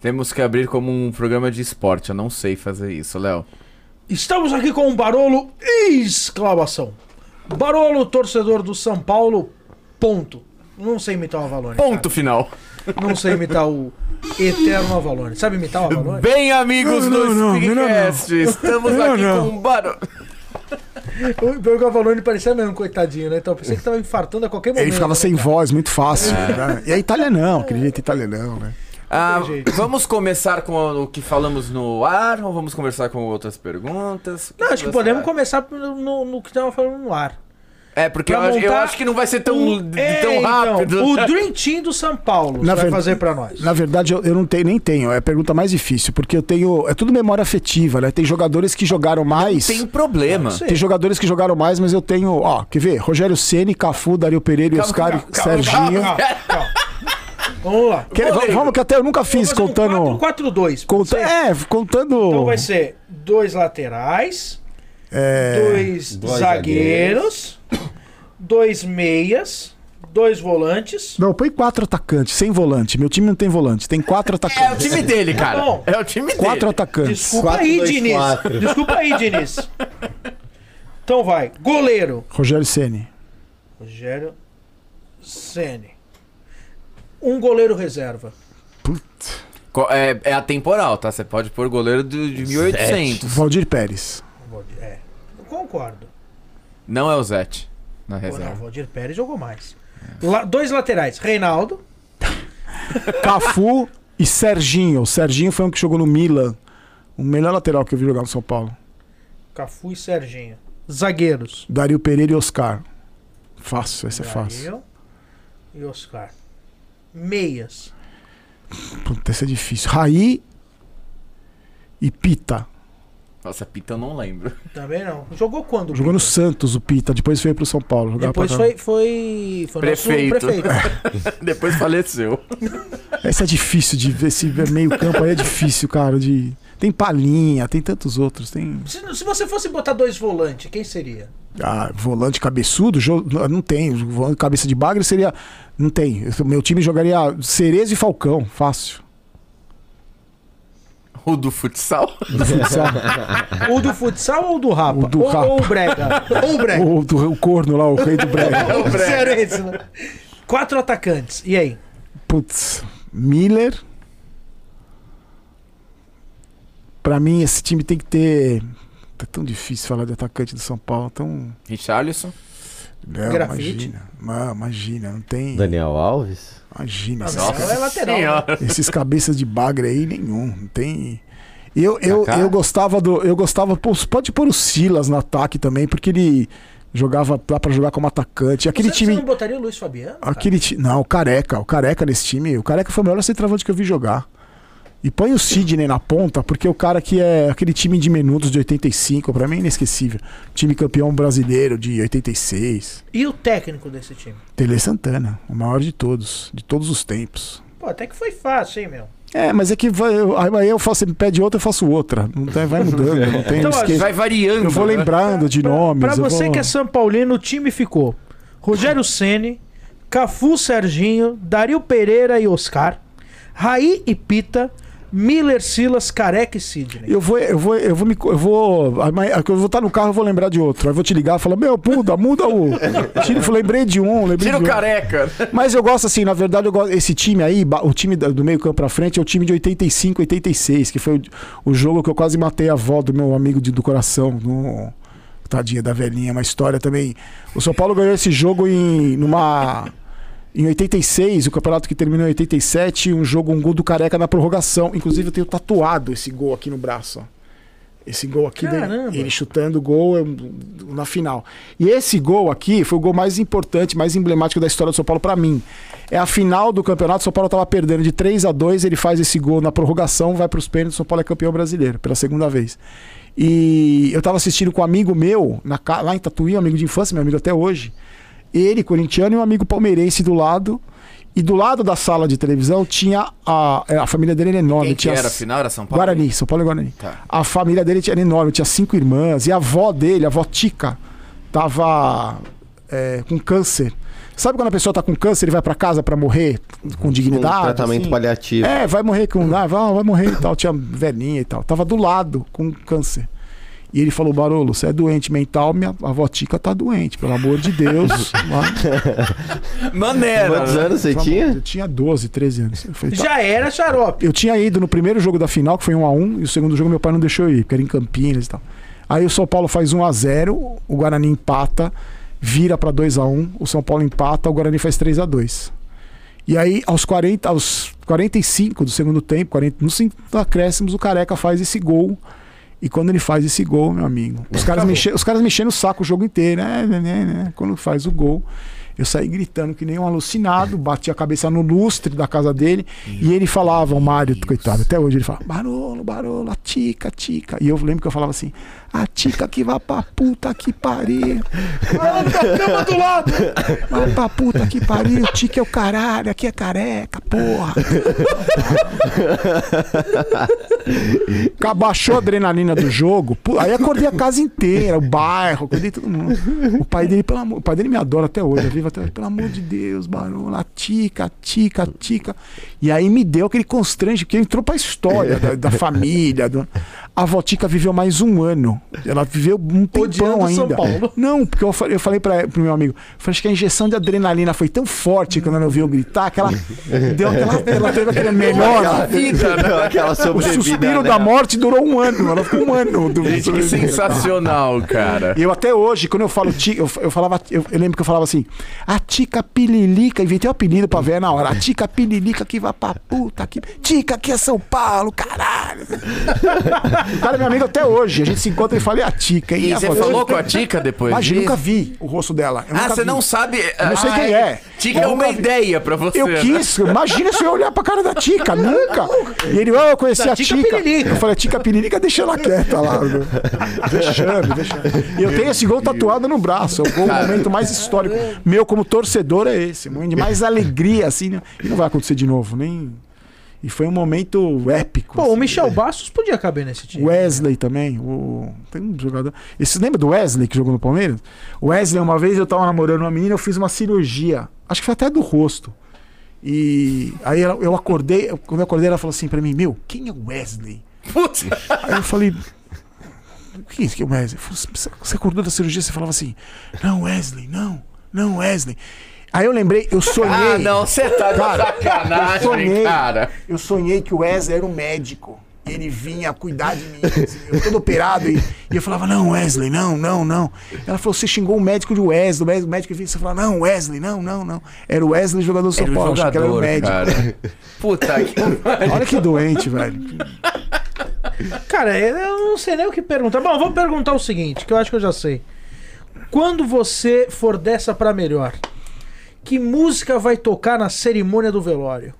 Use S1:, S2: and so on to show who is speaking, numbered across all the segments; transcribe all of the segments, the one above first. S1: Temos que abrir como um programa de esporte. Eu não sei fazer isso, Léo.
S2: Estamos aqui com o Barolo, exclamação. Barolo, torcedor do São Paulo, ponto. Não sei imitar o Avalone.
S1: Ponto final.
S2: cara. Não sei imitar o eterno Avalone. Sabe imitar o Avalone?
S1: Bem, amigos
S3: Não,
S1: do
S3: não, não,
S1: Speakcast, estamos
S3: Não,
S1: aqui
S3: não.
S1: com um barulho.
S2: O pior é que o Avalone parecia mesmo, coitadinho, né? Então eu pensei que tava infartando a qualquer momento.
S3: É, Ele ficava
S2: né,
S3: sem
S2: cara?
S3: voz, muito fácil. né? E a Itália não, aquele jeito italianão, né?
S1: Ah,
S2: tem jeito.
S1: vamos começar com o que falamos no ar ou vamos conversar com outras perguntas?
S2: Não, acho que
S1: Você
S2: podemos
S1: acha?
S2: começar no, no- no que tava falando no ar.
S1: É, porque eu,
S2: Pra
S1: acho- eu
S2: montar
S1: acho que não vai ser tão,
S2: O- É,
S1: tão
S2: então,
S1: rápido.
S2: o Dream Team do São Paulo vai
S3: Na verdade-
S2: fazer pra nós.
S3: Na verdade, eu, eu não tenho, nem tenho. É a pergunta mais difícil, porque eu tenho. É tudo memória afetiva, né? Tem jogadores que jogaram mais.
S1: Sem problema.
S2: sei.
S3: Tem jogadores que jogaram mais, mas eu tenho, ó, quer ver? Rogério Ceni, Cafu, Dario Pereira,
S1: Calma,
S3: Oscar,
S1: calma, calma,
S3: Serginho.
S2: Calma, calma. Vamos lá.
S3: Quer-
S1: Goleiro.
S3: vamos que até eu nunca fiz
S2: Vamos fazer
S3: contando.
S2: Um 4-4-2. pode
S3: conta-
S2: ser?
S3: é, contando.
S2: Então vai ser dois laterais,
S3: é,
S2: dois,
S4: dois
S2: zagueiros, dois meias, dois volantes.
S3: Não, põe quatro atacantes, sem volante. Meu time não tem volante, tem
S1: É
S3: quatro
S1: o
S3: atacantes.
S1: time dele, cara.
S2: Tá bom.
S1: É o time dele.
S3: Quatro atacantes.
S2: Desculpa
S4: Quatro,
S2: aí,
S4: dois,
S2: Diniz.
S4: quatro.
S2: Desculpa aí, Diniz. Então vai. Goleiro,
S3: Rogério Ceni.
S2: Rogério Ceni. Um goleiro reserva.
S1: Co- É, é atemporal, tá? Você pode pôr goleiro do- de 1800.
S3: Valdir Pérez.
S2: É, concordo.
S1: Não é o Zete na
S2: Pô, não, o
S1: reserva.
S2: Valdir Pérez jogou mais. La- dois laterais, Reinaldo.
S3: Cafu e Serginho. O Serginho foi um que jogou no Milan. O melhor lateral que eu vi jogar no São Paulo.
S2: Cafu e Serginho. Zagueiros.
S3: Dario Pereira e Oscar. Fácil, essa é fácil.
S2: Daniel e Oscar. Meias.
S3: Puta, essa é difícil. Raí e Pita.
S1: Nossa, Pita eu não lembro.
S2: Também não. Jogou quando?
S3: Jogou no Santos o Pita, depois veio pro São Paulo. jogava
S2: Depois
S3: pra
S2: foi, foi, foi
S1: Prefeito.
S2: nosso prefeito.
S1: Depois faleceu.
S3: caramba. Essa é difícil de ver esse meio campo aí é difícil, cara. De... Tem Palinha, tem tantos outros. Tem.
S2: se, se você fosse botar dois volantes, quem seria?
S3: Ah, volante cabeçudo, jo- ah, não tem. Volante cabeça de bagre seria. Não tem. Eu- Meu time jogaria Cerezo e Falcão, fácil.
S1: O do futsal?
S2: O do futsal ou o do Rapa?
S3: O do
S2: ou,
S3: Rapa.
S2: ou o Brega? ou o Brega.
S3: o, do- o corno lá, o rei do Brega.
S2: É. O Sério esse, né? Quatro atacantes. E aí?
S3: Putz, Miller. Pra mim, esse time tem que ter. Tá tão difícil falar de atacante do São Paulo. Tão.
S1: Richarlison?
S3: Não,
S2: Grafite.
S3: imagina. Não, imagina, não tem.
S4: Daniel Alves?
S3: Imagina.
S2: Não,
S3: esses-
S1: Nossa
S2: Daniel é lateral. né?
S1: Senhora.
S3: Esses cabeças de bagre aí, nenhum. Não tem. Eu, eu,
S4: Kaká?
S3: eu gostava do. Eu gostava. pô, pode pôr o Silas no ataque também, porque ele jogava lá pra jogar como atacante. Aquele
S2: você,
S3: time.
S2: você não botaria o Luiz Fabiano? cara?
S3: Aquele ti... Não, o Careca. O Careca nesse time. O Careca foi o melhor centroavante que eu vi jogar. E põe o Sidney na ponta, porque o cara que é aquele time de menudos de 85, pra mim é inesquecível. Time campeão brasileiro de 86.
S2: E o técnico desse time?
S3: Tele Santana, o maior de todos, de todos os tempos.
S2: Pô, até que foi fácil, hein, meu?
S3: É, mas é que vai, eu, aí eu faço, você me pede outra, eu faço outra. Não tem, vai mudando, não tem
S2: Então, ó,
S3: esquema.
S1: Vai variando.
S3: Eu vou
S1: né?
S3: lembrando de
S2: Pra-
S3: nomes.
S2: Pra
S3: eu
S2: você
S3: vou-
S2: que é São Paulino, o time ficou: Rogério Ceni, Cafu Serginho, Dario Pereira e Oscar, Raí e Pita, Miller Silas, Careca e Sidney.
S3: Eu vou, eu vou, eu vou me. co- Eu vou. amanhã- Eu vou estar no carro, eu vou lembrar de outro. Aí eu vou te ligar e falar, meu, muda, muda o. Tira, eu falei, lembrei de um, lembrei
S1: Tira
S3: de
S1: o
S3: um.
S1: careca.
S3: Mas eu gosto assim, na verdade, eu gosto. Esse time aí, ba- o time da- do meio campo pra frente, é o time de 85, 86, que foi o, o jogo que eu quase matei a avó do meu amigo de- do coração. No, tadinha da velhinha, uma história também. O São Paulo ganhou esse jogo em numa. Em 86, o campeonato que terminou em 87, um jogo, um gol do Careca na prorrogação. Inclusive, eu tenho tatuado esse gol aqui no braço, ó. Esse gol aqui, né?
S2: Caramba.
S3: ele chutando o gol é, na final. E esse gol aqui foi o gol mais importante, mais emblemático da história do São Paulo pra mim. É a final do campeonato, o São Paulo tava perdendo de 3 a 2 ele faz esse gol na prorrogação, vai pros pênaltis, o São Paulo é campeão brasileiro pela segunda vez. E eu tava assistindo com um amigo meu, na ca- lá em Tatuí, um amigo de infância, meu amigo até hoje. Ele, corintiano, e um amigo palmeirense do lado. E do lado da sala de televisão tinha a, é, a família dele era enorme.
S1: Quem que
S3: tinha
S1: era?
S3: as-
S1: Afinal, era São Paulo? é
S3: Guarani, São Paulo e Guarani.
S1: Tá.
S3: A família dele tinha- era enorme, tinha cinco irmãs. E a avó dele, a avó Tica, tava é, com câncer. Sabe quando a pessoa tá com câncer e vai pra casa pra morrer com
S4: Um
S3: dignidade?
S4: tratamento
S3: assim?
S4: paliativo.
S3: É, vai morrer com. Ah, vai, vai morrer e tal. Tinha velhinha e tal. Tava do lado com câncer. E ele falou: Barolo, você é doente mental, minha avó Tica tá doente, pelo amor de Deus. Mano,
S1: Maneira.
S4: Quantos
S1: né?
S4: anos você
S3: pelo amor-
S4: tinha?
S3: Eu tinha 12, 13 anos. Eu falei, tá.
S2: Já era xarope.
S3: Eu tinha ido no primeiro jogo da final, que foi 1 a 1 e o segundo jogo meu pai não deixou eu ir, porque era em Campinas e tal. Aí o São Paulo faz 1 a 0 o Guarani empata, vira pra 2 a 1 o São Paulo empata, o Guarani faz 3 a 2 E aí, aos 40, aos 45 do segundo tempo, 40, nos cinco acréscimos, o Careca faz esse gol. E quando ele faz esse gol, meu amigo, os caras, me enche- os caras me enchendo o saco o jogo inteiro, né, né, né, né. Quando faz o gol, eu saí gritando que nem um alucinado, bati a cabeça no lustre da casa dele. e ele falava, o Mário, coitado, até hoje ele fala: Barolo, barolo, a tica, tica. E eu lembro que eu falava assim: a tica que vá pra puta que pariu.
S2: Ah,
S3: Ela tá cama do lado. Vai pra puta que pariu, tica é o caralho, aqui é careca, porra. Abaixou a adrenalina do jogo. Pu- Aí acordei a casa inteira, o bairro, acordei todo mundo. O pai dele, pelo amor, o pai dele me adora até hoje, é vivo até hoje. Pelo amor de Deus, barulho, tica, tica, tica. E aí me deu aquele constrange, porque entrou pra história da, da família. do- A avó Tica viveu mais um ano. Ela viveu um tempão
S2: Odiando
S3: ainda.
S2: São Paulo.
S3: Não, porque eu falei, eu falei pra, pro meu amigo, eu falei, acho que a injeção de adrenalina foi tão forte quando ela ouviu eu gritar que ela deu aquela. Ela teve aquele melhor.
S1: vida, né?
S4: Não, aquela
S3: O
S4: sobrevida.
S3: suspiro
S4: né?
S3: da morte durou um ano. Ela ficou um ano do
S1: Gente, que sensacional, cara.
S3: E eu até hoje, quando eu falo tica, eu, eu falava, eu, eu lembro que eu falava assim, a tica pililica, inventei o apelido pra ver na hora, a tica pililica que vai pra puta, que, tica que é São Paulo, caralho. O cara é meu amigo até hoje, a gente se encontra e fala, é a tica. hein?
S1: E
S3: a
S1: você
S3: foto-
S1: falou com a Tica depois
S3: Imagina, eu
S1: disso?
S3: nunca vi o rosto dela. eu
S1: Ah,
S3: nunca
S1: você
S3: vi.
S1: não sabe.
S3: não sei
S1: ah,
S3: quem é.
S1: Tica é
S3: Eu
S1: uma
S3: nunca vi.
S1: ideia pra você.
S3: Eu
S1: né?
S3: quis, imagina se eu olhar pra cara da Tica, nunca. E ele, ó, eu conheci
S2: Da
S3: a
S2: Tica
S3: Tica.
S2: Piririca.
S3: Eu falei, Tica Piririca, deixa ela quieta lá. Deixando, deixando. E eu tenho esse gol tatuado no braço. É o gol, o momento mais histórico. Meu como torcedor é esse. Momento de mais alegria, assim. né? E não vai acontecer de novo, nem. E foi um momento épico.
S2: Pô,
S3: assim.
S2: o Michel Bastos podia caber nesse time.
S3: Wesley também, o... tem um jogador. E Você lembra do Wesley que jogou no Palmeiras? O Wesley, uma vez eu tava namorando uma menina, eu fiz uma cirurgia. Acho que foi até do rosto. E aí ela- eu acordei, quando eu acordei, ela falou assim pra mim: Meu, quem é o Wesley?
S1: Putz,
S3: Aí eu falei. O que é isso que é o Wesley? Eu falei, "Você- Você acordou da cirurgia, você falava assim: Não, Wesley, não, não, Wesley. Aí eu lembrei, eu sonhei.
S1: Ah, não, você tá de
S3: Cara, eu
S1: sacanagem,
S3: sonhei.
S1: cara.
S3: Eu sonhei que o Wesley era um médico. E ele vinha cuidar de mim, assim, eu todo operado. E, e eu falava, não, Wesley, não, não, não. Ela falou, você xingou o médico de Wesley. O médico- O médico vinha, você falava, não, Wesley, não, não, não. Era o Wesley, jogador do São
S1: Era o
S3: Paulo. acho que era o
S1: jogador,
S3: médico.
S1: cara. Puta que
S3: Olha que doente, velho.
S2: Cara, eu não sei nem o que perguntar. Bom, vou perguntar o seguinte, que eu acho que eu já sei. Quando você for dessa pra melhor, que música vai tocar na cerimônia do velório?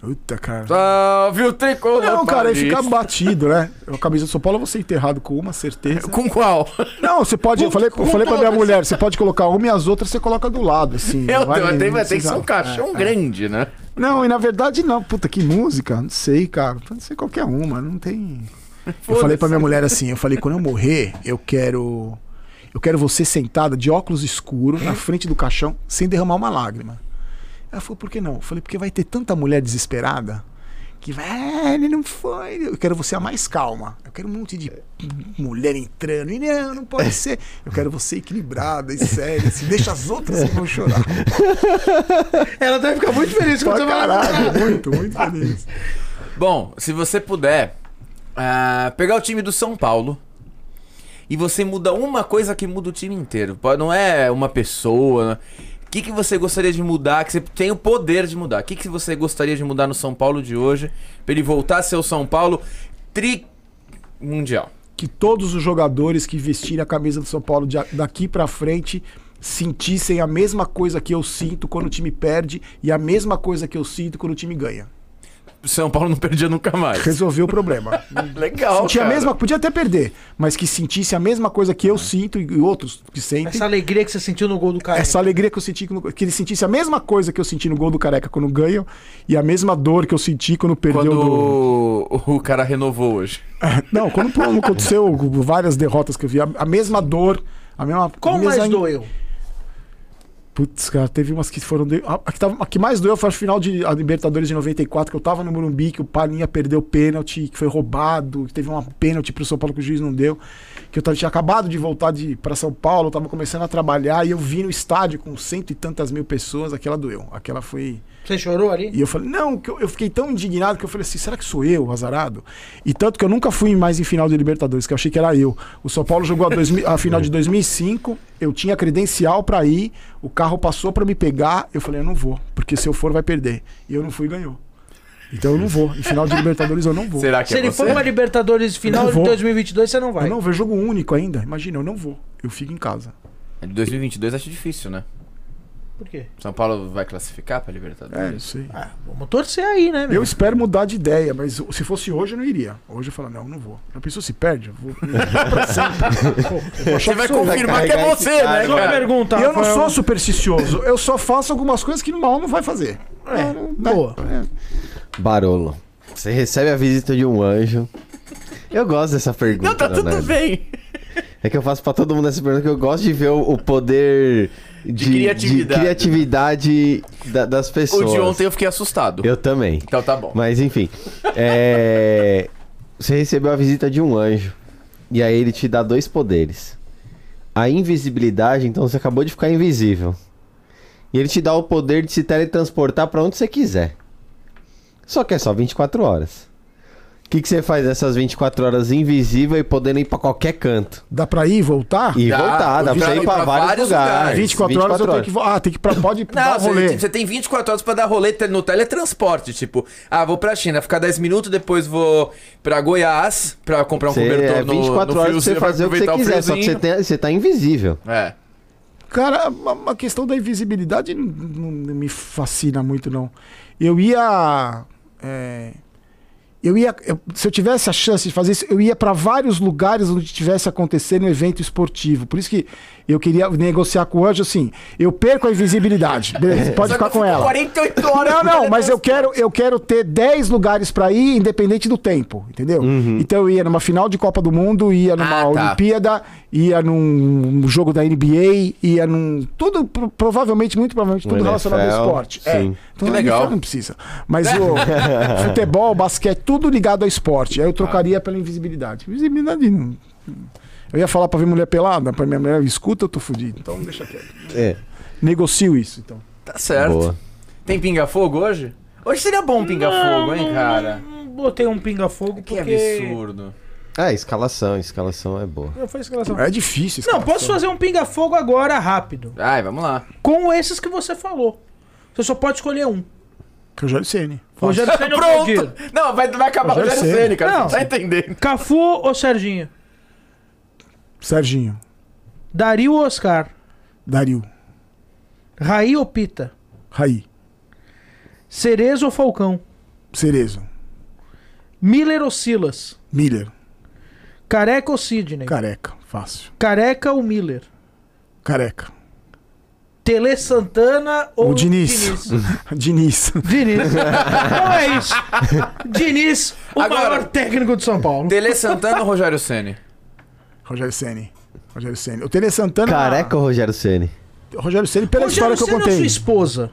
S3: Puta, cara.
S1: Salve Ah, o tricô da
S3: Não, cara, aí
S1: Paris.
S3: fica batido, né? A camisa do São Paulo eu vou ser enterrado com uma, certeza.
S1: Com qual?
S3: Não, você pode. Eu falei, eu
S2: com
S3: falei pra minha
S2: todas.
S3: mulher, você pode colocar uma e as outras você coloca do lado, assim.
S1: Eu
S3: não É, vai-
S1: vai, tem,
S3: não
S1: vai ter que ser
S3: precisa-
S1: um caixão grande, né?
S3: Não, e na verdade não. Puta, que música. Não sei, cara. Pode ser qualquer uma, não tem. Eu falei pra minha mulher assim, eu falei, quando eu morrer, eu quero. Eu quero você sentada de óculos escuros na frente do caixão, sem derramar uma lágrima. Ela falou, por que não? Eu falei, porque vai ter tanta mulher desesperada que vai, ah, ele não foi. Eu quero você a mais calma. Eu quero um monte de mulher entrando. E não, não pode ser. Eu quero você equilibrada e séria. Assim, deixa as outras que vão chorar.
S2: Ela deve ficar muito feliz quando
S3: Pra
S2: você vai
S3: caralho, muito, muito feliz.
S1: Bom, se você puder ah, pegar o time do São Paulo e você muda uma coisa que muda o time inteiro. Pode- Não é uma pessoa. né? O que, que você gostaria de mudar? Que você tem o poder de mudar. O que, que você gostaria de mudar no São Paulo de hoje pra ele voltar a ser o São Paulo tri mundial?
S3: que todos os jogadores que vestirem a camisa do São Paulo de- daqui pra frente sentissem a mesma coisa que eu sinto quando o time perde e a mesma coisa que eu sinto quando o time ganha.
S1: O São Paulo não perdia nunca mais.
S3: Resolveu o problema.
S1: Legal.
S3: Sentia a
S1: cara.
S3: mesma, podia até perder, mas que sentisse a mesma coisa que eu sinto e e outros que sentem.
S2: Essa alegria que você sentiu no gol do cara.
S3: Essa alegria que eu senti, quando- que ele sentisse a mesma coisa que eu senti no gol do Careca quando ganham e a mesma dor que eu senti quando perdeu
S1: Quando
S3: do...
S1: o, o cara renovou hoje.
S3: Não, quando quando aconteceu várias derrotas que eu vi, a, a mesma dor, a mesma...
S2: Qual
S3: a mesma
S2: mais
S3: in-
S2: doeu?
S3: Putz, cara, teve umas que foram. de- A, a que tava- a que mais doeu foi a final de a Libertadores de 94, que eu tava no Morumbi, que o Palinha perdeu o pênalti, que foi roubado, que teve uma pênalti pro São Paulo que o juiz não deu. Que eu tava, tinha acabado de voltar de, pra São Paulo, tava começando a trabalhar, e eu vi no estádio com cento e tantas mil pessoas, aquela doeu. Aquela foi.
S2: Você chorou ali?
S3: E eu falei, não, que eu, eu fiquei tão indignado que eu falei assim, será que sou eu, azarado? E tanto que eu nunca fui mais em final de Libertadores, que eu achei que era eu. O São Paulo jogou a, 2000 a final de 2005, eu tinha credencial pra ir, o carro passou pra me pegar, eu falei, eu não vou, porque se eu for vai perder. E eu não fui e ganhou. Então eu não vou, em final de Libertadores eu não vou.
S1: Será que
S2: Se
S1: é
S2: ele
S1: você?
S2: for uma Libertadores final
S3: Não
S2: de
S3: vou.
S2: 2022, você não vai.
S3: Eu não vejo jogo único ainda, imagina, eu não vou, eu fico em casa.
S1: É, De 2022 acho difícil, né?
S2: Por quê?
S1: São Paulo vai classificar pra
S3: É,
S1: Libertadores?
S3: não sei.
S2: Ah, vamos torcer aí, né, meu?
S3: Eu espero mudar de ideia, mas se fosse hoje eu não iria. Hoje eu falo, não, eu não vou. A pessoa se perde, eu vou.
S1: Você vai
S3: sou eu.
S1: confirmar
S4: Vai
S1: que é
S4: carregar
S1: você,
S4: esse cara,
S1: né,
S2: Mas uma
S1: cara?
S2: pergunta,
S3: eu não
S2: Rafael.
S3: sou supersticioso, eu só faço algumas coisas que mal não vai fazer. né?
S2: É,
S3: Não, não-
S2: boa.
S4: Barolo, você recebe a visita de um anjo. Eu gosto dessa pergunta.
S1: Não, tá tudo
S4: Leonardo.
S1: bem.
S4: É que eu faço pra todo mundo essa pergunta, que eu gosto de ver o, o poder de, de
S1: criatividade, né?
S4: criatividade da- das
S1: O
S4: pessoas.
S1: de ontem eu fiquei assustado.
S4: Eu também.
S1: Então tá bom.
S4: Mas enfim. é, Você recebeu a visita de um anjo. E aí ele te dá dois poderes. A invisibilidade, então você acabou de ficar invisível. E ele te dá o poder de se teletransportar pra onde você quiser. Só que é só 24 horas. O que, que você faz nessas 24 horas invisível e podendo ir pra qualquer canto?
S3: Dá pra ir e voltar?
S4: E é,
S1: Dá,
S4: voltar, dá
S1: eu
S4: pra
S1: já
S4: ir
S1: fui
S4: pra,
S1: pra
S4: vários,
S1: vários
S4: lugares.
S1: lugares.
S3: 24, horas eu tenho que voltar. Ah, tem que ir pra. Pode dar
S1: Não,
S3: um rolê.
S1: você, você tem 24 horas pra dar rolê te- no teletransporte. Tipo, ah, vou pra China, ficar 10 minutos, depois vou pra Goiás pra comprar um
S4: Você,
S1: cobertor
S4: é
S1: no
S4: 24
S1: no
S4: horas pra
S1: friozinho,
S4: você
S1: pra
S4: fazer o que você
S1: aproveitar
S4: quiser, só que você,
S1: friozinho.
S4: tem, você tá invisível.
S1: É.
S3: Cara, a, a questão da invisibilidade não, não- não me fascina muito, não. Eu ia. é, eu ia. eu- se eu tivesse a chance de fazer isso, eu ia pra vários lugares onde tivesse acontecendo um evento esportivo. Por isso que eu queria negociar com o anjo assim. Eu perco a invisibilidade. Beleza, pode
S1: Só que
S3: ficar
S1: eu
S3: com
S1: fico
S3: ela.
S1: 48 horas. né?
S3: Não,
S1: no
S3: não, mas eu
S1: teletransporte.
S3: quero, eu quero ter 10 lugares pra ir, independente do tempo, entendeu? Então eu ia numa final de Copa do Mundo, ia numa
S1: Uhum. Ah, tá.
S3: Olimpíada, ia num jogo da NBA, ia num. Tudo, pro- provavelmente, muito provavelmente, tudo
S4: No
S3: relacionado
S4: NFL,
S3: ao esporte. É.
S4: sim.
S3: Então,
S1: Que
S3: na
S1: legal.
S3: NFL Não precisa. Mas o futebol, basquete, tudo ligado ao esporte. Aí eu
S1: Tá.
S3: trocaria pela invisibilidade. Invisibilidade não. Eu ia falar pra ver mulher pelada, pra minha mulher, escuta, eu tô fudido. Então deixa quieto.
S4: É,
S3: Negocio isso, então.
S1: Tá certo.
S4: boa.
S1: Tem pinga-fogo hoje? Hoje seria bom pinga-fogo, hein, cara?
S2: Não Botei um pinga-fogo
S1: Que
S2: porque...
S1: absurdo.
S4: Ah, escalação, escalação é boa.
S2: Não, foi escalação.
S3: É difícil.
S2: Não,
S3: cara.
S2: posso fazer um pinga-fogo agora, rápido.
S1: Ai, vamos lá.
S2: Com esses que você falou. Você só pode escolher um.
S3: Rogério Ceni.
S2: Rogério Ceni ou Valdir?
S1: Pronto! Não, vai, vai acabar o
S3: Rogério
S1: Rogério
S3: Ceni.
S1: Ceni, cara.
S2: Não.
S1: Você é não tá entendendo.
S2: Cafu ou Serginho?
S3: Serginho.
S2: Dario ou Oscar?
S3: Dario.
S2: Raí ou Pita?
S3: Raí.
S2: Cerezo ou Falcão?
S3: Cerezo.
S2: Miller ou Silas?
S3: Miller.
S2: Careca ou Sidney?
S3: Careca. Fácil.
S2: Careca ou Miller?
S3: Careca.
S2: Tele Santana ou
S3: O Diniz. Diniz.
S2: Diniz. Não é isso. Diniz, o
S1: Agora-
S2: maior técnico de São Paulo.
S1: Tele Santana ou Rogério Ceni?
S3: Rogério Ceni. Rogério Ceni. O Tele Santana.
S4: Careca ou Rogério Ceni?
S3: Rogério Ceni pela
S2: Rogério
S3: história que eu
S2: Ceni é um ou
S3: contei.
S2: sua esposa?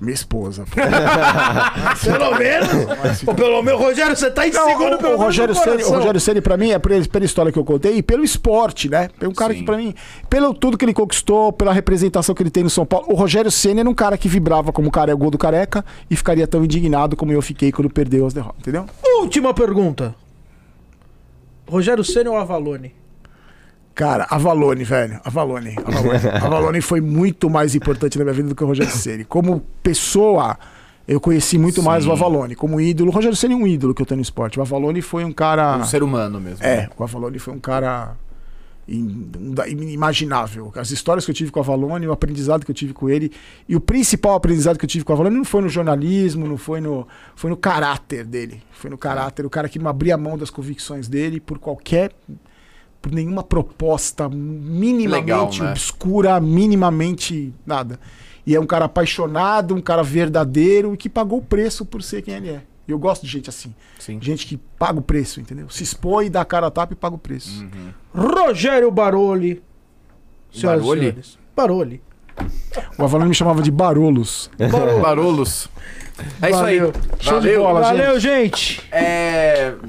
S3: Minha esposa.
S2: É Pelo menos. Pô, pelo meu Rogério, você tá em
S3: Não,
S2: segundo
S3: o,
S2: pelo
S3: o Rogério
S2: menos no
S3: Ceni, o
S2: coração.
S3: Rogério Ceni para mim é por ele- pela história que eu contei e pelo esporte, né? É um cara
S1: Sim.
S3: que pra mim, pelo tudo que ele conquistou, pela representação que ele tem no São Paulo. O Rogério Ceni era um cara que vibrava como o cara é o gol do careca e ficaria tão indignado como eu fiquei quando perdeu as derrotas, entendeu?
S2: Última pergunta. Rogério Ceni ou Avalone?
S3: Cara, Avalone, velho. Avalone. Avalone. Avalone foi muito mais importante na minha vida do que o Rogério Ceni. Como pessoa, eu conheci muito mais o Avalone. Como ídolo, o Rogério Ceni é um ídolo que eu tenho no esporte. O Avalone foi um cara...
S1: Um ser humano mesmo.
S3: É, o Avalone foi um cara in- um da- inimaginável. As histórias que eu tive com o Avalone, o aprendizado que eu tive com ele. E o principal aprendizado que eu tive com o Avalone não foi no jornalismo, não foi no, foi no caráter dele. Foi no caráter. O cara que não abria mão das convicções dele por qualquer. por nenhuma proposta minimamente
S1: Legal, né?
S3: obscura, minimamente nada. E é um cara apaixonado, um cara verdadeiro e que pagou o preço por ser quem ele é. E eu gosto de gente assim.
S1: Sim.
S3: Gente que paga o preço, entendeu? Se expõe, dá a cara a tapa e paga o preço.
S2: Rogério Baroli. senhoras e
S1: Baroli?
S2: senhores. Baroli.
S3: O Avalone me chamava de Barolos.
S1: Barolos. É isso aí.
S2: Valeu.
S3: Show de bola,
S2: Valeu, gente.
S1: É,